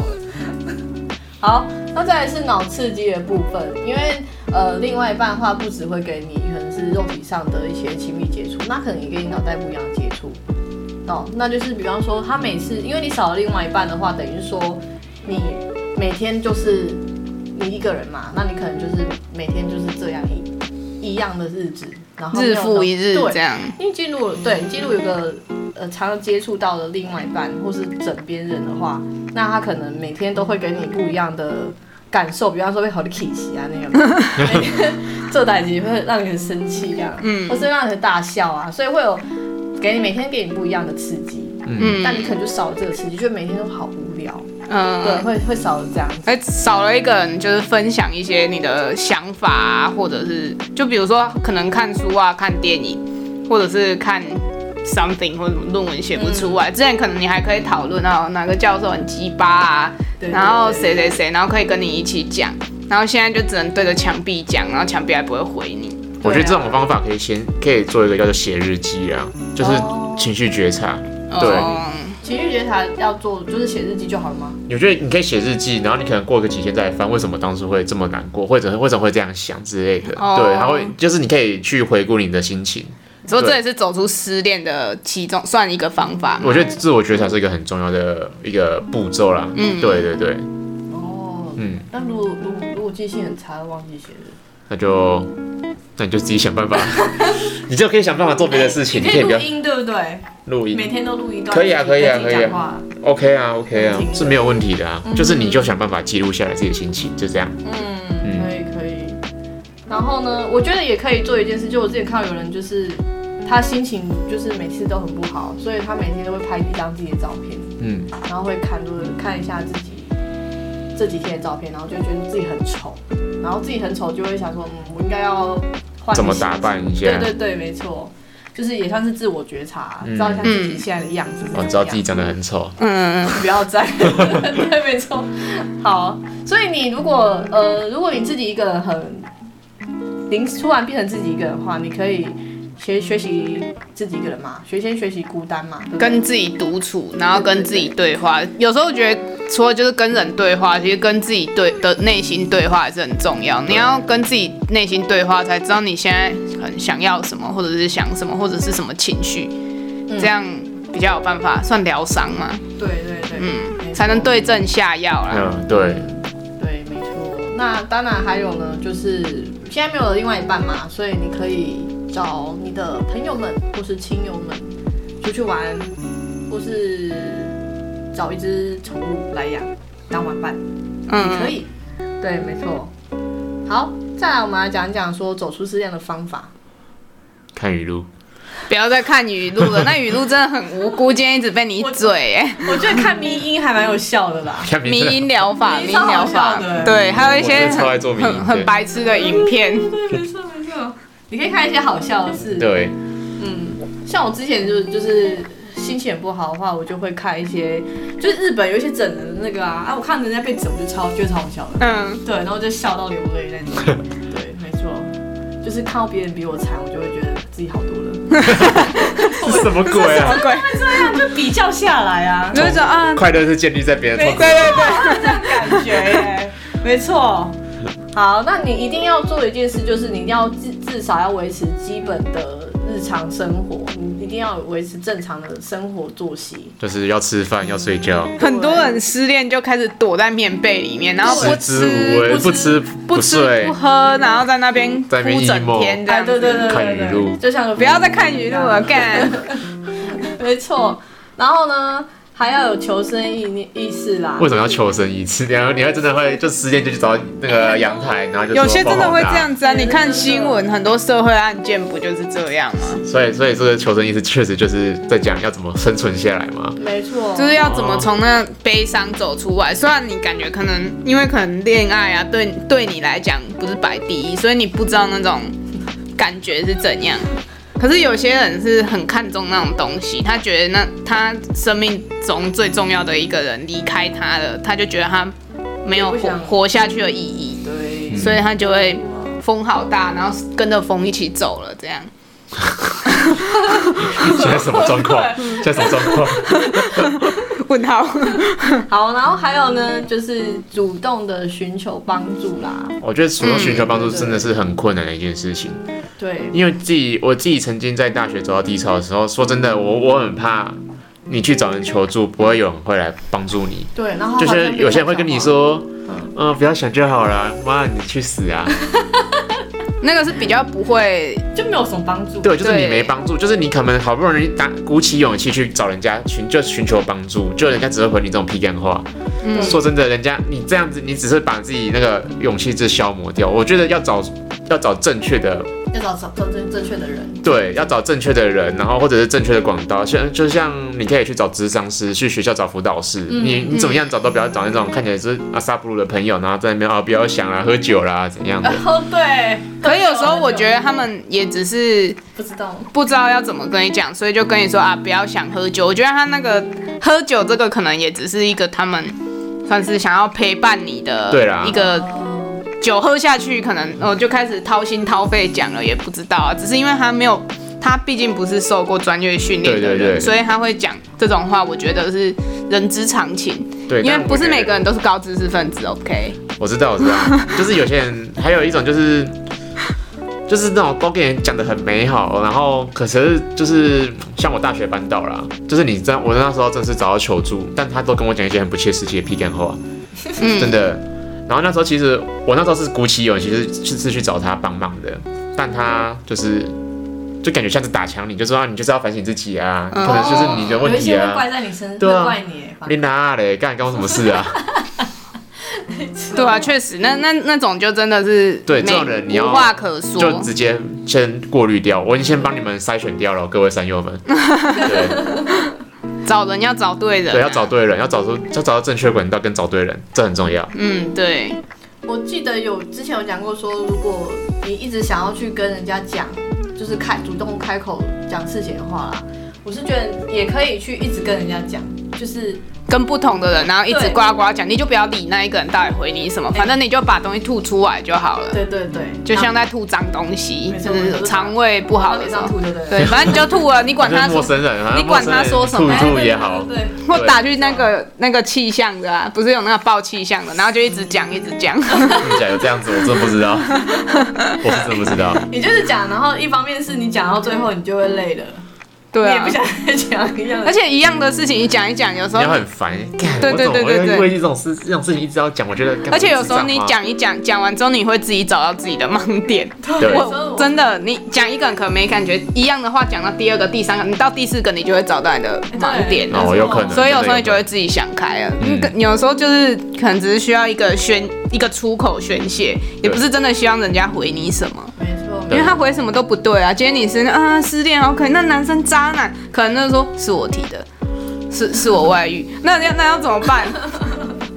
S1: 好，那再来是脑刺激的部分，因为呃，另外一半的话不只会给你可能是肉体上的一些亲密接触，那可能也给你脑袋不一样的接触。哦，那就是比方说，他每次因为你少了另外一半的话，等于说你每天就是你一个人嘛，那你可能就是每天就是这样一一样的日子，然后没有
S2: 哎日复一日
S1: 对
S2: 这样，
S1: 因为进入了对你进入有个呃常常接触到的另外一半或是枕边人的话，那他可能每天都会给你不一样的感受，比方说被好的 kiss 啊
S2: <laughs>
S1: 那种，每天做代机会让人生气这样，
S2: 嗯
S1: 或是让人大笑啊，所以会有给你每天给你不一样的刺激，
S2: 嗯，
S1: 但你可能就少了这个刺激，就每天都好无聊，
S2: 嗯，
S1: 对，会会少了这样子。
S2: 哎，少了一个人，就是分享一些你的想法啊，或者是就比如说可能看书啊、看电影，或者是看 something 或者什么论文写不出来，之前可能你还可以讨论哦，哪个教授很鸡巴啊，
S1: 对
S2: 然后
S1: 对
S2: 谁谁谁，然后可以跟你一起讲，然后现在就只能对着墙壁讲，然后墙壁还不会回你。
S3: 我觉得这种方法可以先可以做一个叫做写日记啊，就是
S1: 哦
S3: 情绪觉察。对
S2: 哦
S1: 情绪觉察要做就是写日记就好了吗？
S3: 我觉得你可以写日记，然后你可能过个几天再翻，为什么当初会这么难过，或者为什么会这样想之类的。
S2: 哦
S3: 对，它会就是你可以去回顾你的心情。
S2: 所以
S3: 对
S2: 这也是走出失恋的其中算一个方法嘛。
S3: 我觉得自我觉察是一个很重要的一个步骤啦。
S2: 嗯
S3: 对对对，
S1: 哦，
S3: 嗯，
S1: 那如果如果如果记性很差，忘记写日记
S3: 那就那你就自己想
S2: <laughs>
S3: 办法，你就可以想办法做别的事情，你
S1: 你
S3: 可
S1: 可以
S3: 以
S1: 录
S3: 不要
S1: 音，对不对？
S3: 录音
S1: 每天都录一段，
S3: 可以啊可以啊
S1: 自己讲话。
S3: ，OK 啊 OK 啊
S1: 停，的
S3: 是没有问题的啊，
S2: 嗯
S3: 就是你就想办法记录下来自己的心情，就这样。
S1: 嗯，可以可以。然后呢，我觉得也可以做一件事，就我之前看到有人就是他心情就是每次都很不好，所以他每天都会拍一张自己的照片，
S3: 嗯，
S1: 然后会看就是看一下自己这几天的照片，然后就会觉得自己很丑，然后自己很丑就会想说，嗯，我应该要换
S3: 怎么
S1: 个
S3: 打
S1: 形
S3: 扮一
S1: 对
S3: 下？
S1: 对对，没错，就是也算是自我觉察，知道一下自己现在的样子是怎么
S3: 我
S1: 样。
S3: 嗯哦知道自己长得很丑，
S2: 嗯，
S1: <laughs> 不要在，对，没错。好，所以你如果呃，如果你自己一个人很临突然变成自己一个人的话，你可以学学习自己一个人嘛，学先学习孤单嘛，对不对
S2: 跟自己独处，然后跟自己对话。有时候我觉得，除了就是跟人对话，其实跟自己对的内心对话也是很重要。你要跟自己内心对话，才知道你现在很想要什么，或者是想什么，或者是什么情绪，这样比较有办法算疗伤嘛，
S1: 对对对，没错
S2: 嗯才能对症下药啦。
S3: 嗯，对，
S1: 对，没错。那当然还有呢，就是现在没有了另外一半嘛，所以你可以找你的朋友们或是亲友们出去玩，或是找一只宠物来养当玩伴。也可
S2: 嗯，
S1: 以。对，没错。好，再来我们来讲讲说走出失恋的方法。
S3: 看语录。
S2: 不要再看语录了，那语录真的很无辜，今天一直被你嘴、欸。
S1: 我觉得看迷音还蛮有效的啦。
S3: <laughs> 看
S2: 迷音疗法，
S1: 迷因
S2: 迷音
S1: 超好
S2: 疗
S1: 笑
S2: 法
S1: 的，
S2: 对，还有一些
S3: 我真的超爱做迷
S2: 很
S3: 因
S2: 很很
S3: 对
S2: 白痴的影片，
S1: <laughs> 对，没错没错。你可以看一些好笑的事。，
S3: 对，
S1: 嗯，像我之前就是就是心情不好的话，我就会看一些，就是日本有一些整人的那个啊，啊，我看人家被整，我就超觉得超好笑的。 <laughs>
S2: 嗯。
S1: 对，然后就笑到流泪那种。 <laughs> 对，没错，就是看到别人比我惨，我就会觉得自己好多了。
S3: 是什么鬼
S2: <laughs>
S3: 啊？
S2: 鬼，
S1: 就 <laughs> 比较下来 <laughs> 啊，
S2: 就是说啊，
S3: 快乐是建立在别人的痛苦。
S2: 对对，
S1: 感觉耶，没错。好，那你一定要做的一件事，就是你一定要至至少要维持基本的日常生活，你一定要维持正常的生活作息。
S3: 就是要吃饭，要睡觉，
S2: 很多人失恋就开始躲在棉被里面，然后不
S3: 食之无味，
S2: 吃
S3: 不吃
S2: 不
S3: 不
S2: 吃
S3: 睡
S2: 不。喝，然后在那边哭
S3: 在那边
S2: 整
S3: emo
S2: 天这
S1: 哎，
S2: 样
S1: 对
S2: 子。
S1: 对对
S3: 看
S1: 对
S3: 语
S1: 对
S3: 录嗯
S1: 对，就像个
S2: 不要再看语录
S3: <laughs>
S2: 了，干。
S1: 没错。然后呢，还要有求生意念意识啦。
S3: 为什么要求生一次？然后你会真的会就十点就去找那个阳台，然后就说
S2: 有些真的会这。
S3: 帮我
S2: 样子啊，
S1: 对
S2: 你看新闻，很多社会案件不就是这样吗？
S3: 拿所以，所以这个求生意识确实就是在讲要怎么生存下来
S2: <laughs>
S3: 嘛。
S1: 没错，
S2: 就是要怎么从那悲伤走出来。虽然你感觉可能因为可能恋爱啊，对对你来讲不是摆第一，所以你不知道那种感觉是怎样。可是有些人是很看重那种东西，他觉得那他生命中最重要的一个人离开他了，他就觉得他没有
S4: 不
S2: 活
S4: 想
S2: 活下去的意义，
S4: 对，
S2: 所以他就会风好大，然后跟着风一起走了，这样。
S3: 现在什么
S2: <laughs>
S3: 状况？现在什么状况？
S2: 问号，
S1: 好，然后还有呢，就是主动的寻求帮助啦。
S3: 我觉得主动寻求帮助
S1: 嗯对
S3: 真的是很困难的一件事情，
S1: 对，
S3: 因为自己我自己曾经在大学走到低潮的时候，说真的，我我很怕你去找人求助，不会有人会来帮助你。
S1: 对，然后
S3: 就
S1: 好像
S3: 是
S1: 没
S3: 有些人会跟你说
S1: 嗯，
S3: 嗯、不要想就好了，妈，你去死
S1: <laughs>
S3: 啊！
S2: <laughs> 那个是比较不会，
S1: 讲话，就没有什么帮助。
S3: 对，就是你
S2: 对
S3: 没帮助，就是你可能好不容易打鼓起勇气去找人家寻就寻求帮助，就人家只会回你这种屁干话。
S2: 嗯
S3: 说真的，人家你这样子，你只是把自己那个勇气值消磨掉。我觉得要找要找正确的，
S1: 要找找找正正确的人。
S3: 对，要找正确的人，然后或者是正确的管道。像就像你可以去找咨商师，去学校找辅导师，
S1: 嗯
S3: 你你怎么样找都不要找那种看起来是阿萨布鲁的朋友，然后在那边啊不要想啦，喝酒啦怎样的。
S1: <laughs> 哦，对。
S2: 可是有时候我觉得他们也只是
S1: 不知道，
S2: 不知道要怎么跟你讲，所以就跟你说啊，不要想喝酒。我觉得他那个喝酒这个可能也只是一个他们算是想要陪伴你的，
S3: 对啦
S2: 一个
S1: 哦
S2: 酒喝下去，可能我、哦就开始掏心掏肺讲了，也不知道啊，只是因为他没有。他毕竟不是受过专业训练的人，
S3: 对对对
S2: 所以他会讲这种话，我觉得是人之常情，
S3: 对，
S2: 因为
S3: 但我
S2: 不是
S3: 觉得
S2: 每个人都是高知识分子，OK？
S3: <laughs> 我知道，我
S2: <laughs>
S3: 知道，就是有些人，还有一种就是，就是那种都给人讲的很美好，然后可是就是像我大学班导啦，就是你知道我那时候真的是找到求助，但他都跟我讲一些很不切实际的屁干话，
S2: 嗯
S3: 真的。然后那时候其实我那时候是鼓起勇气是是是去找他帮忙的，但他就是。就感觉像是打枪你，就说啊，你就是要反省自己啊，
S2: 嗯
S3: 可能就是你的问
S1: 有一
S3: 题
S1: 些会
S3: 啊，
S1: 怪在你身上，
S3: 对啊
S1: 会怪你。
S3: 你哪嘞，干干我什么事啊？
S2: 对啊，确实，那那那种就真的是
S3: 对
S2: 没
S3: 这种人你要
S2: 无话可说，
S3: 就直接先过滤掉，我已经先帮你们筛选掉了，各位山友
S2: <laughs>
S3: 们。对
S2: 找人要找对人、啊，
S3: 对，要找对人，要找出要找到正确管道跟找对人，这很重要。
S2: 嗯，对，
S1: 我记得有之前有讲过说，如果你一直想要去跟人家讲，就是开主动开口讲事情的话啦，我是觉得也可以去一直跟人家讲，就是
S2: 跟不同的人，然后一直
S1: 对
S2: 呱呱讲，你就不要理那一个人到底回你什么，
S1: 哎
S2: 反正你就把东西吐出来就好了，
S1: 对对对，
S2: 就像在吐脏东西
S1: 没，错
S2: 就是肠胃不好
S1: 往
S2: 的
S1: 脸
S2: 时候
S1: 上，吐，对对
S2: 对，反正你就吐了，你管
S3: 就
S2: 他
S3: 是陌
S2: 说。
S3: 生人，啊
S2: 你管他说什么
S3: 陌生人吐一吐也
S1: 对
S3: 好。
S1: 对对对
S2: 或打去那个那个气象的啊，不是有那个爆气象的，然后就一直
S1: <laughs>
S2: 讲一直讲，
S3: 跟你讲有这样子，我真的不
S2: <laughs>
S3: 知道，我是真的不知道。
S1: 你就是讲，然后一方面是你讲到最后你就会累了，
S2: 对
S1: 你也
S2: 啊
S1: 不，想再讲一样的，
S2: 而且一样的事情你讲一讲，有时
S3: 你
S2: 候
S3: 要很烦，干
S2: 对对
S3: 我怎么
S2: 对对对
S3: 会为这种事这种事情一直要讲，我觉得。干
S2: 而且有时候
S3: 我是
S2: 你
S3: 这样吗
S2: 讲一讲，讲完之后你会自己找到自己的盲点。
S3: 对
S1: 有时候
S2: 我
S1: 我
S2: 真的，你讲一个人可能没感觉，一样的话讲到第二个、第三个，你到第四个你就会找到你的盲点
S1: 哎对
S2: 了。
S3: 哦，有可能，
S2: 所以有时候你
S3: 真的
S2: 就会自己想开了，
S3: 嗯
S2: 因为有时候就是可能只是需要一个宣一个出口宣泄，也不是真的希望人家回你什么，
S1: 没错，
S2: 因
S3: 对
S2: 为他回什么都不对啊。今天你是啊失恋好可怜，那男生渣男，可能那时候是我提的，是是我外遇，那要那要怎么
S3: <laughs>
S2: 办？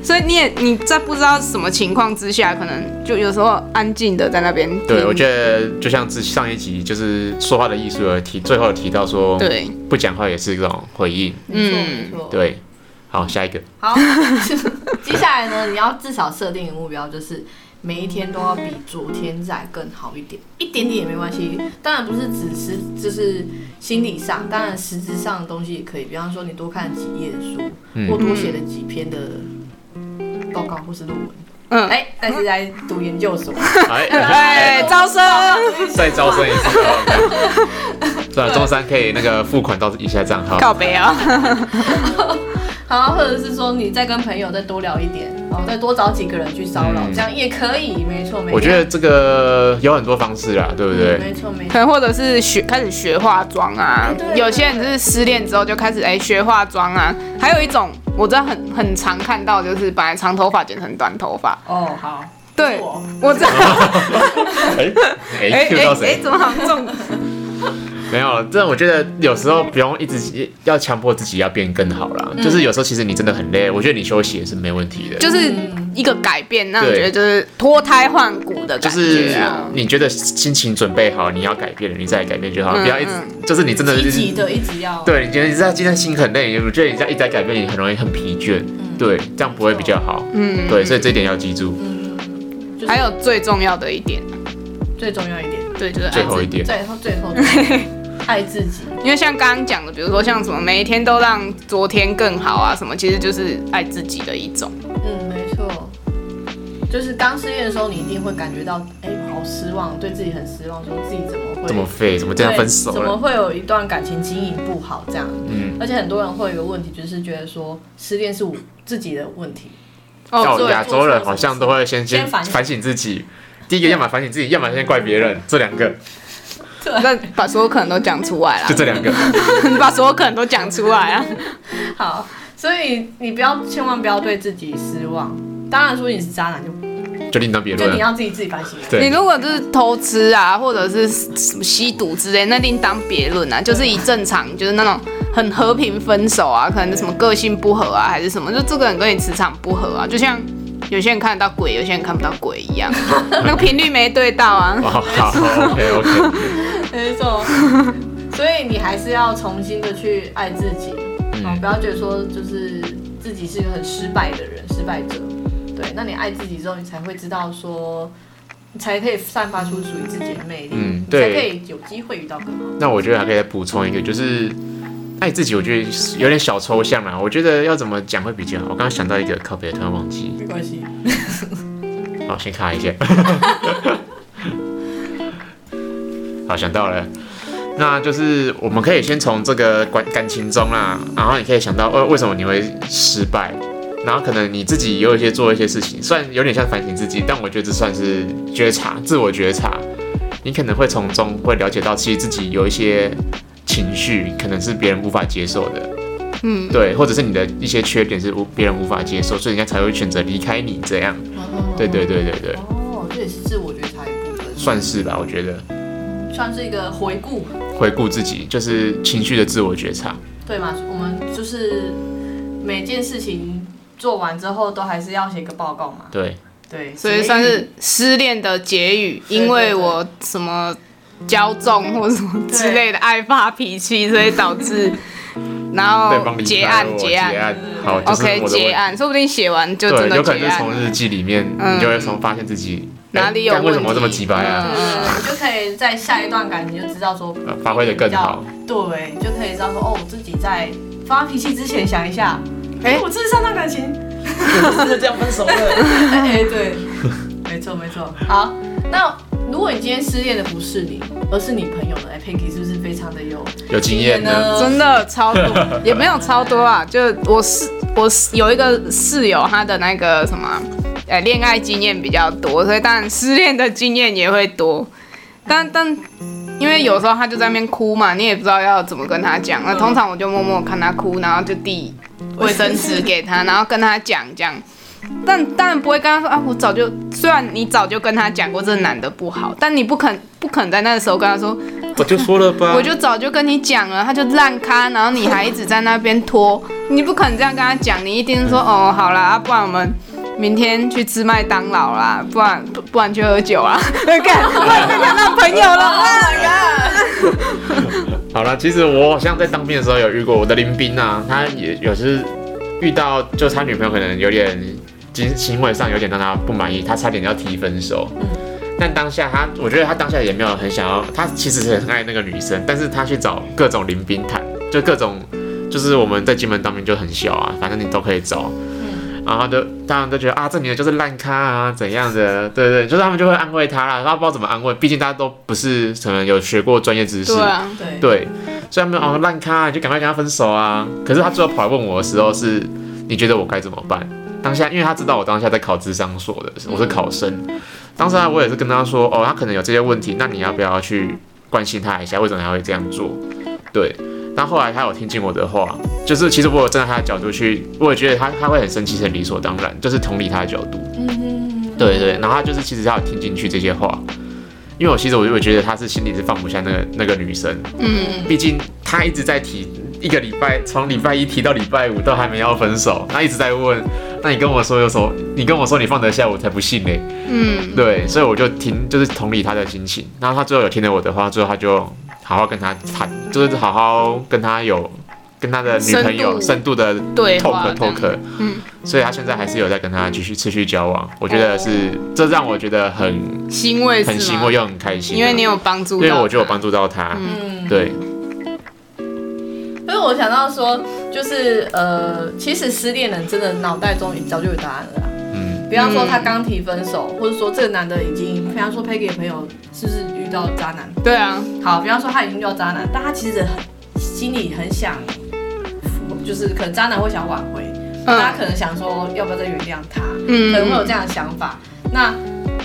S2: 所以你也你在不知道什么情况之下，可能就有时候安静的在那边听。
S3: 对，我觉得就像之上一集就是说话的艺术有提，最后有提到说，
S2: 对，
S3: 不讲话也是一种回应。
S1: 没错
S2: 嗯
S1: 没错，
S3: 对，好，下一个。
S1: 好， <laughs> 接下来呢，你要至少设定一个目标，就是每一天都要比昨天再更好一点，一点点也没关系。当然不是只是就是心理上，当然实质上的东西也可以，比方说你多看几页的书，
S3: 嗯
S1: 或多写了几篇的报告或是论文。
S2: 嗯，
S1: 哎、但是在读研究所， <laughs>
S2: 哎，
S3: 哎，
S2: 招生，
S3: 再招生一次。对啊，中山可以那个付款到以下账号。
S2: 告别啊， <laughs>
S1: 好，或者是说你再跟朋友再多聊一点，然后再多找几个人去骚扰，
S3: 嗯
S1: 这样也可以，没错，没错。
S3: 我觉得这个有很多方式啦，对不
S1: 嗯
S3: 对？
S1: 没错，没错
S2: 可。能或者是学开始学化妆啊
S1: 哎对，
S2: 有些人就是失恋之后就开始哎学化妆啊，还有一种我真的很很常看到，就是本来长头发剪成短头发，
S1: 哦，好，
S2: 对
S1: 是我
S2: 我知道，
S3: 哎 <laughs>
S2: <laughs> 哎
S3: 哎，Q
S2: 哎
S3: 到
S2: 哎
S3: 谁？，
S2: 怎么好像
S3: <laughs>
S2: 中？
S3: 没有，这我觉得有时候不用一直要强迫自己要变更好啦。就是有时候其实你真的很累，我觉得你休息也是没问题的。
S2: 嗯就是一个改变，让你
S3: 对
S2: 觉得就是脱胎换骨的
S3: 就
S2: 感
S3: 是
S2: 觉啊。
S3: 你觉得心情准备好，你要改变了，你再改变就好，
S2: 嗯
S3: 不要一直
S2: 嗯
S3: 就是你真的
S1: 积
S3: 就是
S1: 极的一直要。
S3: 对，你觉得你在今天心很累，我觉得你在一直在改变，你很容易很疲倦，对，这样不会比较好，
S2: 嗯，
S3: 对，所以这一点要记住。
S1: 嗯，就是
S2: 还有最重要的一点，
S1: 最重要一点，
S2: 对，就是爱
S3: 最后一点，
S1: 最后最后的爱自己，
S2: 因为像刚刚讲的，比如说像什么每一天都让昨天更好啊，什么其实就是爱自己的一种。
S1: 嗯，没错。就是刚失恋的时候，你一定会感觉到，哎、好失望，对自己很失望，说自己怎么会
S3: 怎么废，怎么这样
S1: 对
S3: 分手
S1: 怎么
S3: 了？
S1: 会有一段感情经营不好这样？
S3: 嗯，
S1: 而且很多人会有一个问题，就是觉得说失恋是我自己的问题，
S2: 哦
S3: 到
S1: 对
S3: 亚洲人好像都会先
S1: 先
S3: 先
S1: 反省
S3: 反省自己，第一个要么反省自己，要么先怪别人，这两个
S2: 那把所有可能都讲出来
S3: 就
S2: 啦，
S3: 这两个。
S2: 你把所有可能都讲出来啊。
S1: 好，所以你不要千万不要对自己失望。当然，说你是渣男就
S3: <laughs> 就另当别
S1: 就你哦
S3: 论。
S1: 要自己自啊己反省。
S2: 你
S3: 对，
S2: 如果就是偷吃啊，或者是什么吸毒之类，那另当别论啊。就是以正常，就是那种很和平分手啊，可能什么个性不合啊，还是什么，就这个人跟你磁场不合啊，就像有些人看得到鬼，有些人看不到鬼一样，那个频率没对到啊。
S3: 哦，好，OK OK，
S1: 没
S2: <laughs>
S1: 错，所以你还是要重新的去爱自己，
S2: 嗯
S1: 哦，不要觉得说就是自己是一个很失败的人、失败者。对，那你爱自己之后，你才会知道说，你才可以散发出属于自己的魅力，
S3: 嗯
S1: 你才
S3: 对
S1: 可以有机会遇到更好的。
S3: 那我觉得还可以再补充一个，就是爱自己，我觉得有点小抽象啊啦。我觉得要怎么讲会比较好？我刚刚想到一个靠北，突然忘记。
S1: 没关系，
S3: 好，先卡一下。好，想到了，那就是我们可以先从这个感感情中啦，然后你可以想到，呃，为什么你会失败？然后可能你自己也有一些做一些事情，虽然有点像反省自己，但我觉得这算是觉察，自我觉察。你可能会从中会了解到，其实自己有一些情绪，可能是别人无法接受的，
S2: 嗯，
S3: 对，或者是你的一些缺点是无别人无法接受，所以人家才会选择离开你这样。对对对对对。
S1: 哦，这也是自我觉察一部分，
S3: 算是吧，我觉得
S1: 算是一个回顾，
S3: 回顾自己就是情绪的自我觉察。
S1: 对吗？我们就是每件事情做完之后，都还是要写个报告嘛，
S3: 对，
S1: 对，
S2: 所以算是失恋的结语，因为我什么骄纵或什么之类的爱发脾气，所以导致然
S3: 对
S2: 后
S3: 方离
S2: 哦结
S3: 开
S2: 案
S3: 我
S2: 结案
S3: 案，好，就是我的
S2: OK
S3: 问
S2: 结
S3: 题。
S2: 案，说不定写完就真
S3: 对，
S2: 的
S3: 有可能
S2: 结
S3: 就是从
S2: 案。
S3: 日记里面，
S2: 嗯
S3: 你就会从发现自己哎
S2: 哪里有
S3: 干为什
S2: 问
S3: 么
S2: 题
S3: 这么几白啊，
S1: 嗯，你就可以在下一段感情就知道说，
S3: 呃发挥的更好。
S2: 嗯
S1: 对，你就可以知道说，哦，我自己在发脾气之前想一下，哎、我这上段感情
S3: 真的这样分手了？
S1: <laughs> 哎、对，没错没错。好，那如果你今天失恋的不是你，而是你朋友呢？哎、p e g g y 是不是非常的有
S3: 有经验呢？
S2: 真的超多，也没有超多啊，就我室我室有一个室友，他的那个什么啊，呃，恋爱经验比较多，所以当然失恋的经验也会多，但但。因为有时候他就在那边哭嘛，你也不知道要怎么跟他讲。那通常我就默默看他哭，然后就递卫生纸给他，然后跟他讲这样。但当然不会跟他说啊，我早就虽然你早就跟他讲过这男的不好，但你不肯不肯在那个时候跟他说
S3: 我就说了
S1: 啊
S3: 吧
S2: 我就早就跟你讲了，他就烂咖，然后你还一直在那边拖，你不可能这样跟他讲，你一定说哦，好啦，啊不然我们明天去吃麦当劳啦，不然不不然去喝
S1: <laughs>
S2: 酒啊，对，干不然再讲到朋友了
S1: Oh
S2: 啊，
S3: 好了，其实我好像在当兵的时候有遇过我的林兵啊，他也有时遇到，就他女朋友可能有点行行为上有点让他不满意，他差点要提分手。
S2: 嗯
S3: 但当下他，我觉得他当下也没有很想要，他其实是很爱那个女生，但是他去找各种林兵谈，就各种就是我们在金门当兵就很小啊，反正你都可以找。
S2: 嗯
S3: 然后他就当然都觉得啊，这女的就是烂咖啊，怎样的，对对，就是他们就会安慰他啦，他不知道怎么安慰，毕竟大家都不是可能有学过专业知识，
S2: 对啊，
S1: 对
S3: <laughs> 对，所以他们哦烂咖，你就赶快跟他分手啊。可是他最后跑来问我的时候是，你觉得我该怎么办？当下，因为他知道我当下在考智商所的，我是考生。当时啊我也是跟他说，哦，他可能有这些问题，那你要不要去关心他一下？为什么他会这样做？对。但后来他有听进我的话，就是其实我有站在他的角度去，我也觉得他他会很生气，是很理所当然，就是同理他的角度。
S1: 嗯，
S3: 对对，然后他就是其实他有听进去这些话，因为我其实我我觉得他是心里是放不下那个那个女生，
S2: 嗯，
S3: 毕竟他一直在提一个礼拜，从礼拜一提到礼拜五都还没要分手，他一直在问，那那你跟我说有什么？你跟我说你放得下，我才不信嘞。
S2: 嗯，
S3: 对，所以我就听，就是同理他的心情。那他最后有听了我的话，最后他就好好跟他谈，就是好好跟他有跟他的女朋友
S2: 深
S3: 深度的
S2: 对话
S3: talk
S2: 这样
S3: talk。
S2: 嗯，
S3: 所以他现在还是有在跟他继续持续交往。我觉得是，这让我觉得很
S2: 欣慰是吗
S3: 很欣慰，又很开心啊、
S2: 因为你有帮助
S3: 因
S2: 到他，
S3: 为我觉得我帮助到他。
S1: 嗯，
S3: 对，
S1: 可是我想到说，就是呃，其实失恋人真的脑袋中早就有答案了啊啦。
S3: 嗯，
S1: 比方说他刚提分手，或者说这个男的已经，比方说 Peggy 的朋友是不是遇到渣男？
S2: 对啊，
S1: 好，比方说他已经遇到渣男，但他其实很心里很想，就是可能渣男会想挽回，大家
S2: 嗯
S1: 可能想说要不要再原谅他，可能会有
S2: 嗯，
S1: 这样的想法。那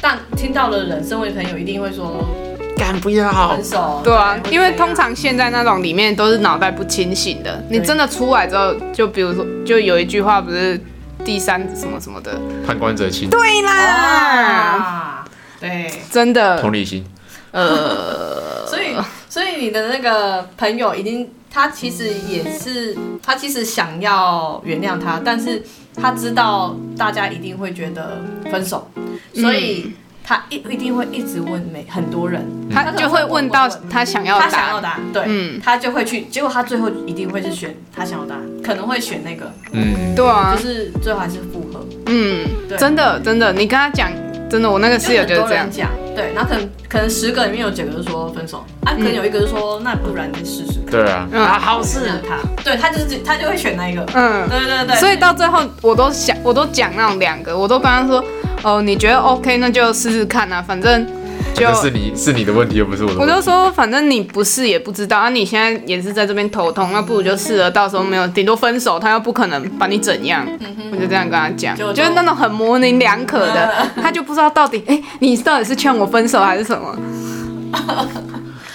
S1: 但听到的人，身为朋友一定会说
S2: 嗯
S3: 敢不要
S1: 分？手，
S2: 对啊
S1: 或，者
S2: 因为
S1: 怎样
S2: 通常现在那种里面都是脑袋不清醒的，你
S1: 对
S2: 真的出来之后，就比如说，就有一句话不是第三什么什么的，
S3: 旁观者清，
S2: 对啦，
S1: 啊，对，
S2: 真的
S3: 同，理心。
S2: 呃，
S1: 所以所以你的那个朋友已经，他其实也是，他其实想要原谅他，但是他知道大家一定会觉得分手，
S2: 嗯
S1: 所以他一一定会一直问每很多人，
S2: 他就会问到他想要
S1: 他
S2: 的
S1: 想
S2: 答
S1: 要
S2: 案，
S1: 答案，对，
S2: 嗯
S1: 他就会去，结果他最后一定会是选他想要答案，可能会选那个，
S3: 嗯，
S2: 对啊
S1: 就，是最后还是复合，
S2: 嗯
S1: 对，
S2: 真的真的，你跟他讲，真的，我那个室
S1: 是
S2: 友
S1: 很
S2: 就
S1: 多
S2: 是这样
S1: 人，讲，对，然后可能可能十个里面有九个就说分手，啊，可能有一个就说、那不然你试试看，
S3: 对啊，
S2: 嗯，
S1: 好事他，对他就是他就会选那一个，
S2: 嗯
S1: 对。对对，
S2: 所以到最后，我都想，我都讲那种两个，我都跟他说，哦，你觉得 OK，那就试试看啊，反正就
S3: 这是你是你的问题，又不是我的
S2: 我
S3: 问题。
S2: 就说，反正你不试也不知道啊，你现在也是在这边头痛，那不如就试了，到时候没有，顶多分手，他又不可能把你怎样，我就这样跟他讲，
S1: 嗯就嗯
S2: 就是那种很模棱两可的，
S1: <laughs>
S2: 他就不知道到底，哎、你到底是劝我分手还是什么？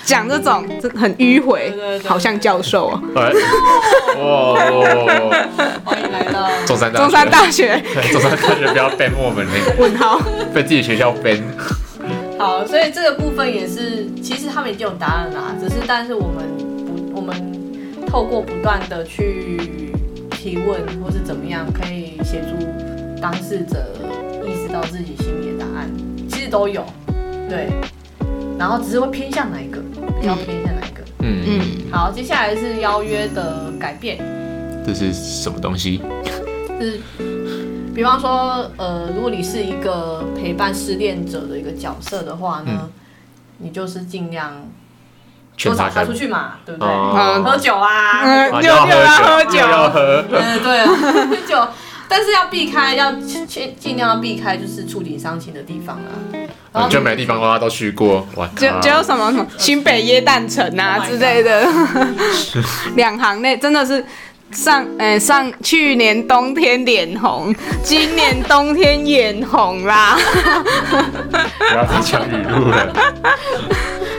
S2: 讲这种这很迂回
S1: 对对，对
S2: 好像教授哦、 <laughs>
S3: 哎哇，
S1: 欢迎来到
S3: 中山大学
S2: 中山大学
S3: 对中山大学不要 ban 我们嘞，
S2: 问号，
S3: 被自己学校 ban。
S1: 好，所以这个部分也是，其实他们已经有答案啦，只是但是我们不，我们透过不断的去提问或是怎么样，可以协助当事者意识到自己心里的答案，其实都有，对，然后只是会偏向哪一个，比较偏向哪一个。
S3: 嗯，
S2: 嗯，
S1: 好，接下来是邀约的改变，
S3: 这是什么东西？
S1: 是，比方说，呃，如果你是一个陪伴失恋者的一个角色的话呢，你就是尽量
S3: 劝
S1: 多少他
S3: 开
S1: 出。去嘛，对不对？
S2: 嗯
S1: 喝
S3: 哦，
S1: 酒啊，
S2: 嗯
S3: 啊
S2: 又
S3: 要
S2: 又要
S3: 喝
S2: 喝
S3: 又
S2: 酒
S3: 要喝。
S1: 嗯，对，喝酒，但是要避开，要尽尽量要避开就是触景伤情的地方啊。然后
S3: 你就每个地方大家都去过，啊哇
S2: 就
S3: 靠
S2: 就有什么什么新北耶诞城啊
S1: Oh my
S2: 之类的， <laughs> 两行内真的是上呃、上去年冬天脸红，今年冬天眼红啦。 <laughs>
S3: 不要再讲语录了。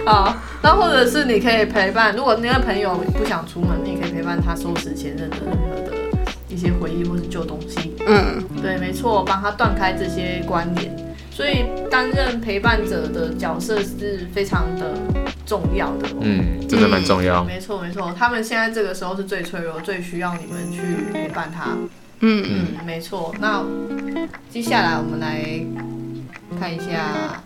S1: 啊，那或者是你可以陪伴，如果那个朋友不想出门，你也可以陪伴他收拾前任的任何的一些回忆或是旧东西。
S2: 嗯，
S1: 对，没错，帮他断开这些关联。所以担任陪伴者的角色是非常的重要的、哦。
S3: 嗯，真的蛮重要。
S1: 没错没错，他们现在这个时候是最脆弱，最需要你们去陪伴他。
S2: 嗯
S1: 嗯，没错。那接下来我们来看一下，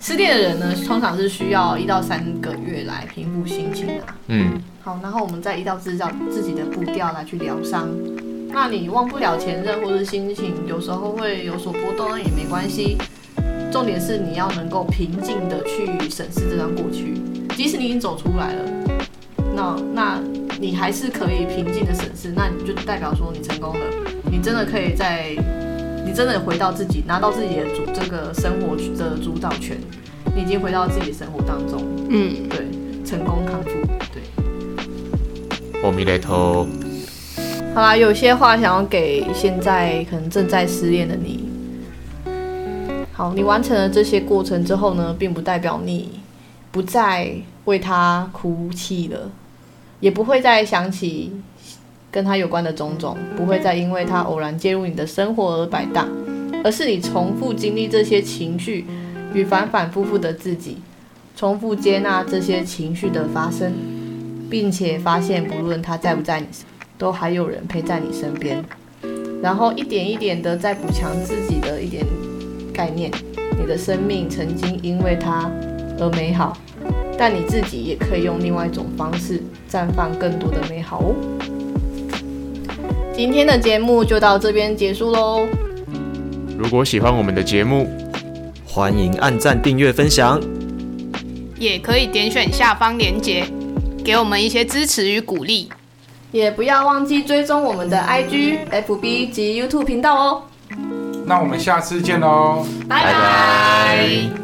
S1: 失恋的人呢，通常是需要一到三个月来平复心情啊。
S3: 嗯，
S1: 好，然后我们再依照自照自己的步调来去疗伤。那你忘不了前任或是心情，有时候会有所波动，那也没关系。重点是你要能够平静的去审视这段过去，即使你已经走出来了，那那你还是可以平静的审视，那你就代表说你成功了，你真的可以在，你真的回到自己，拿到自己的主这个生活的主导权，你已经回到自己的生活当中，
S2: 嗯，
S1: 对，成功康复，对。
S3: 嗯我米雷头，
S1: 好啦，有些话想要给现在可能正在失恋的你。好，你完成了这些过程之后呢，并不代表你不再为他哭泣了，也不会再想起跟他有关的种种，不会再因为他偶然介入你的生活而摆荡，而是你重复经历这些情绪与反反复复的自己，重复接纳这些情绪的发生，并且发现不论他在不在你身都还有人陪在你身边。然后一点一点的在补强自己的一点概念。你的生命曾经因为它而美好，但你自己也可以用另外一种方式绽放更多的美好哦。今天的节目就到这边结束喽，
S3: 如果喜欢我们的节目，
S4: 欢迎按赞、订阅、分享。
S2: 也可以点选下方链接，给我们一些支持与鼓励。
S1: 也不要忘记追踪我们的 IG、FB 及 YouTube 频道哦。
S5: 那我们下次见喽。
S1: 拜拜。
S3: 拜。